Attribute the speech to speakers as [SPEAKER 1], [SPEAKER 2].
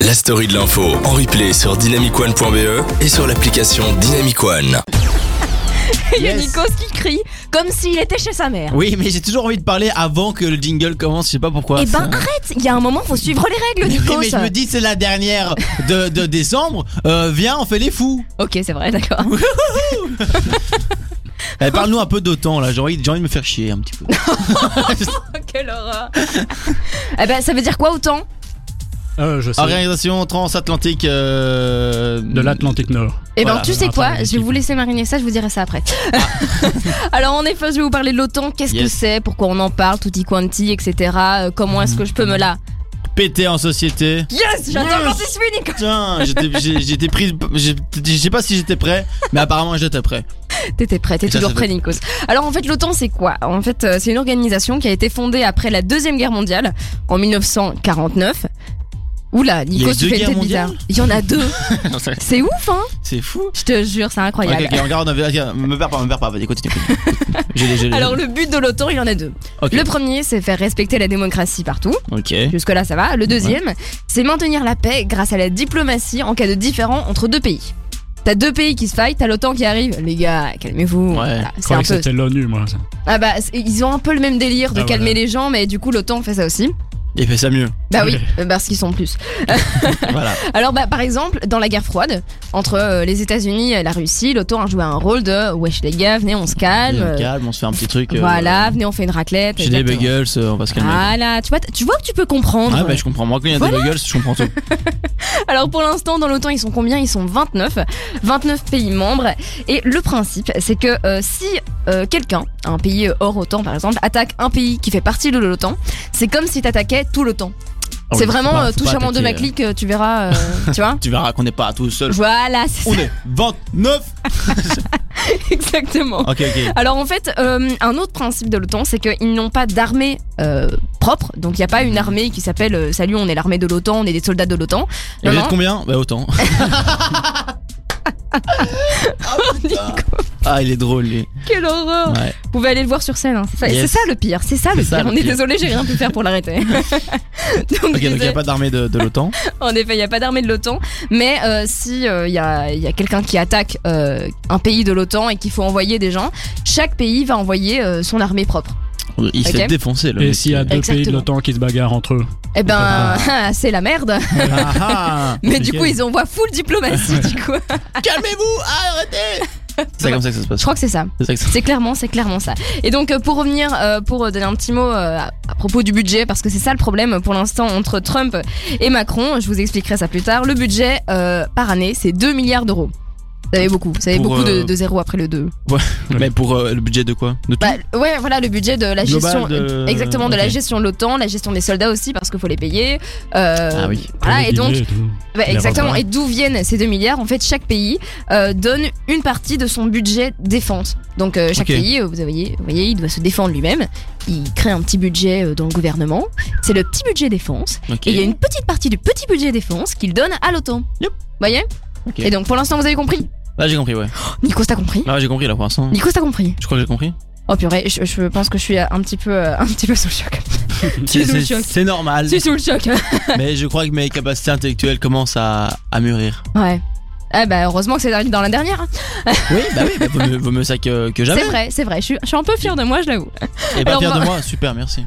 [SPEAKER 1] la story de l'info en replay sur dynamicone.be E et sur l'application Dynamicone.
[SPEAKER 2] Il y a
[SPEAKER 3] Yes.
[SPEAKER 2] Nikos qui crie comme s'il était chez sa mère.
[SPEAKER 3] Oui, mais j'ai toujours envie de parler avant que le jingle commence, je sais pas pourquoi.
[SPEAKER 2] Eh ben arrête, il y a un moment faut suivre les règles
[SPEAKER 3] mais,
[SPEAKER 2] Nikos.
[SPEAKER 3] mais je me dis, c'est la dernière de, de décembre. Euh, viens, on fait les fous.
[SPEAKER 2] Ok c'est vrai d'accord.
[SPEAKER 3] Eh, Parle-nous un peu d'autant là. J'ai envie, j'ai envie de me faire chier un petit peu.
[SPEAKER 2] Quelle horreur. eh ben ça veut dire quoi autant
[SPEAKER 4] Euh, je sais.
[SPEAKER 3] Ah, Organisation transatlantique euh,
[SPEAKER 4] De l'Atlantique Nord.
[SPEAKER 2] Eh ben
[SPEAKER 3] Voilà,
[SPEAKER 2] tu sais
[SPEAKER 4] attends,
[SPEAKER 2] quoi,
[SPEAKER 4] les
[SPEAKER 2] je vais vous
[SPEAKER 4] types.
[SPEAKER 2] laisser mariner ça, je vous dirai ça après. Alors en effet je vais vous parler de l'OTAN, qu'est-ce que
[SPEAKER 3] Ah. Yes.
[SPEAKER 2] c'est, pourquoi on en parle, tutti quanti, etc. euh, comment est-ce que je peux me la...
[SPEAKER 3] Pété en société.
[SPEAKER 2] Yes J'attends
[SPEAKER 3] Mhm. Yes.
[SPEAKER 2] quand c'est fini Nikos
[SPEAKER 3] Tiens, j'étais- j'ai- j'étais pris. de- j'ai- Je sais pas si j'étais prêt, mais apparemment j'étais prêt.
[SPEAKER 2] T'étais prêt, t'es
[SPEAKER 3] Et ça,
[SPEAKER 2] toujours
[SPEAKER 3] ça
[SPEAKER 2] prêt, Nikos. Alors en fait, l'OTAN, c'est quoi En fait, euh, c'est une organisation qui a été fondée après la Deuxième Guerre mondiale, en 1949. Oula,
[SPEAKER 3] y a
[SPEAKER 2] Nikos,
[SPEAKER 3] eu
[SPEAKER 2] tu
[SPEAKER 3] deux
[SPEAKER 2] fais une
[SPEAKER 3] guerres
[SPEAKER 2] tête bizarre. Il y en a deux. c'est ouf, hein
[SPEAKER 3] C'est fou.
[SPEAKER 2] Je te jure, c'est
[SPEAKER 3] Ok,
[SPEAKER 2] incroyable.
[SPEAKER 3] ok, encore, on avait- ok, me perds pas, me perds pas, vas-y, continue. J'ai les, j'ai les-
[SPEAKER 2] Alors le but de l'OTAN, il y en a deux.
[SPEAKER 3] Ok.
[SPEAKER 2] Le premier, c'est faire respecter la démocratie partout.
[SPEAKER 3] Ok.
[SPEAKER 2] Jusque-là, ça va. Le deuxième, c'est maintenir la paix grâce à la diplomatie en cas de différend entre deux pays. T'as deux pays qui se faillent, t'as l'OTAN qui arrive. Les gars, calmez-vous. Voilà, c'est
[SPEAKER 4] Je croyais
[SPEAKER 2] un
[SPEAKER 4] que
[SPEAKER 2] peu
[SPEAKER 4] c'était l'ONU, moi. ça.
[SPEAKER 2] Ah bah c'est- ils ont un peu le même délire de
[SPEAKER 4] Ah,
[SPEAKER 2] calmer
[SPEAKER 4] voilà.
[SPEAKER 2] les gens, mais du coup l'OTAN fait ça aussi.
[SPEAKER 3] Il fait ça mieux.
[SPEAKER 2] Bah oui,
[SPEAKER 4] Ouais.
[SPEAKER 2] euh, parce qu'ils sont plus.
[SPEAKER 3] Voilà.
[SPEAKER 2] Alors bah par exemple dans la guerre froide entre euh, les États-Unis et la Russie, l'OTAN a joué un rôle de wesh les gars venez on se calme,
[SPEAKER 3] Calme,
[SPEAKER 2] euh,
[SPEAKER 3] on se fait un petit truc. euh,
[SPEAKER 2] voilà venez on fait une raclette.
[SPEAKER 3] J'ai des
[SPEAKER 2] exactement. Ah,
[SPEAKER 3] bagels, euh, on va se calmer.
[SPEAKER 2] Voilà, tu vois, t- tu vois que tu peux comprendre.
[SPEAKER 3] Ah, bah je comprends. Moi, quand il y a des bagels, je comprends tout. Ah
[SPEAKER 2] Alors pour l'instant, dans l'OTAN, ils sont combien Ils sont 29. 29 pays membres. Et le principe, c'est que euh, si euh, quelqu'un, un pays euh, hors OTAN par exemple, attaque un pays qui fait partie de l'OTAN, c'est comme si t'attaquais tout l'OTAN.
[SPEAKER 3] Ah
[SPEAKER 2] c'est
[SPEAKER 3] oui,
[SPEAKER 2] vraiment
[SPEAKER 3] faut pas-
[SPEAKER 2] euh,
[SPEAKER 3] faut
[SPEAKER 2] touche
[SPEAKER 3] pas
[SPEAKER 2] à mon de ma
[SPEAKER 3] attaquer,
[SPEAKER 2] clique, euh, tu verras, euh, tu vois.
[SPEAKER 3] euh, Tu verras qu'on n'est pas tout seul.
[SPEAKER 2] Voilà, c'est
[SPEAKER 3] On
[SPEAKER 2] ça,
[SPEAKER 3] est 29
[SPEAKER 2] exactement.
[SPEAKER 3] Ok, ok.
[SPEAKER 2] Alors en fait, euh, un autre principe de l'OTAN, c'est qu'ils n'ont pas d'armée euh, propre, donc il n'y a pas
[SPEAKER 3] Mhm.
[SPEAKER 2] une armée qui s'appelle euh, Salut, on est l'armée de l'OTAN, on est des soldats de l'OTAN.
[SPEAKER 3] Et
[SPEAKER 2] Non,
[SPEAKER 3] vous
[SPEAKER 2] non.
[SPEAKER 3] êtes combien Bah autant.
[SPEAKER 2] Oh,
[SPEAKER 3] Ah, il est drôle lui.
[SPEAKER 2] Quelle horreur
[SPEAKER 3] Ouais.
[SPEAKER 2] Vous pouvez aller le voir sur scène, hein, c'est ça,
[SPEAKER 3] Yes.
[SPEAKER 2] c'est ça le pire, c'est ça le
[SPEAKER 3] C'est
[SPEAKER 2] pire.
[SPEAKER 3] ça, le
[SPEAKER 2] on est
[SPEAKER 3] pire.
[SPEAKER 2] désolé, j'ai rien pu faire pour l'arrêter. donc,
[SPEAKER 3] Ok, donc
[SPEAKER 2] je
[SPEAKER 3] il n'y
[SPEAKER 2] disais-
[SPEAKER 3] a pas d'armée de, de l'OTAN.
[SPEAKER 2] En effet, il n'y a pas d'armée de l'OTAN, mais euh, si euh, il y a, il y a quelqu'un qui attaque euh, un pays de l'OTAN et qu'il faut envoyer des gens, chaque pays va envoyer euh, son armée propre.
[SPEAKER 3] Il s'est
[SPEAKER 2] Ok.
[SPEAKER 3] défoncé le
[SPEAKER 4] Et
[SPEAKER 3] mec.
[SPEAKER 4] s'il y a deux pays de
[SPEAKER 2] Exactement.
[SPEAKER 4] l'OTAN qui se bagarrent entre eux.
[SPEAKER 2] Eh ben, c'est la merde.
[SPEAKER 3] Ah, ah,
[SPEAKER 2] Mais du
[SPEAKER 3] compliqué.
[SPEAKER 2] coup, ils envoient full diplomatie, du coup.
[SPEAKER 3] ah. Calmez-vous, arrêtez C'est comme ça que ça se
[SPEAKER 2] Je
[SPEAKER 3] passe.
[SPEAKER 2] crois que c'est ça.
[SPEAKER 3] C'est ça que ça-
[SPEAKER 2] C'est clairement, c'est clairement ça. Et donc euh, pour revenir, euh, pour donner un petit mot euh, à à propos du budget, parce que c'est ça le problème pour l'instant entre Trump et Macron. Je vous expliquerai ça plus tard. Le budget euh, par année, c'est 2 milliards d'euros. Vous savez beaucoup, vous savez
[SPEAKER 3] Pour,
[SPEAKER 2] beaucoup de,
[SPEAKER 3] euh,
[SPEAKER 2] de zéro après le 2.
[SPEAKER 3] Mais pour euh, le budget de quoi De tout
[SPEAKER 2] Bah, ouais, voilà le budget de la
[SPEAKER 3] Global
[SPEAKER 2] gestion,
[SPEAKER 3] de-
[SPEAKER 2] exactement de la
[SPEAKER 3] ok.
[SPEAKER 2] gestion de l'OTAN, la gestion des soldats aussi parce qu'il faut les payer. Euh,
[SPEAKER 3] Ah oui.
[SPEAKER 2] Voilà
[SPEAKER 4] Pour
[SPEAKER 2] et
[SPEAKER 4] les
[SPEAKER 2] donc
[SPEAKER 4] billets tout.
[SPEAKER 2] bah,
[SPEAKER 4] Les
[SPEAKER 2] exactement.
[SPEAKER 4] repas.
[SPEAKER 2] Et d'où viennent ces 2 milliards En fait, chaque pays euh, donne une partie de son budget défense. Donc, euh, chaque
[SPEAKER 3] Ok.
[SPEAKER 2] pays, euh, vous voyez, vous voyez, il doit se défendre lui-même. Il crée un petit budget euh, dans le gouvernement. C'est le petit budget défense.
[SPEAKER 3] Ok.
[SPEAKER 2] Et il y a une petite partie du petit budget défense qu'il donne à l'OTAN.
[SPEAKER 3] Yep.
[SPEAKER 2] Vous voyez
[SPEAKER 3] Ok.
[SPEAKER 2] Et donc, pour l'instant, vous avez compris
[SPEAKER 3] Là j'ai compris, ouais.
[SPEAKER 2] Nikos, t'as compris
[SPEAKER 3] Là j'ai compris là pour l'instant.
[SPEAKER 2] Nikos, t'as compris
[SPEAKER 3] Je crois que j'ai compris.
[SPEAKER 2] Oh purée, je, je pense que je suis un petit peu, euh, un petit peu sous le choc. Tu es sous
[SPEAKER 3] C'est-
[SPEAKER 2] le
[SPEAKER 3] C'est
[SPEAKER 2] choc.
[SPEAKER 3] c'est normal,
[SPEAKER 2] Je suis sous le choc.
[SPEAKER 3] mais je crois que mes capacités intellectuelles commencent à, à mûrir.
[SPEAKER 2] ouais. Eh bah, heureusement que c'est arrivé dans la dernière. hein.
[SPEAKER 3] Oui, bah oui, bah, vaut, mieux, vaut mieux ça que, que jamais.
[SPEAKER 2] C'est vrai, c'est vrai. Je suis, je suis un peu fière de moi, je l'avoue.
[SPEAKER 3] Et pas
[SPEAKER 2] Alors,
[SPEAKER 3] fier de
[SPEAKER 2] moi-
[SPEAKER 3] moi, super, merci.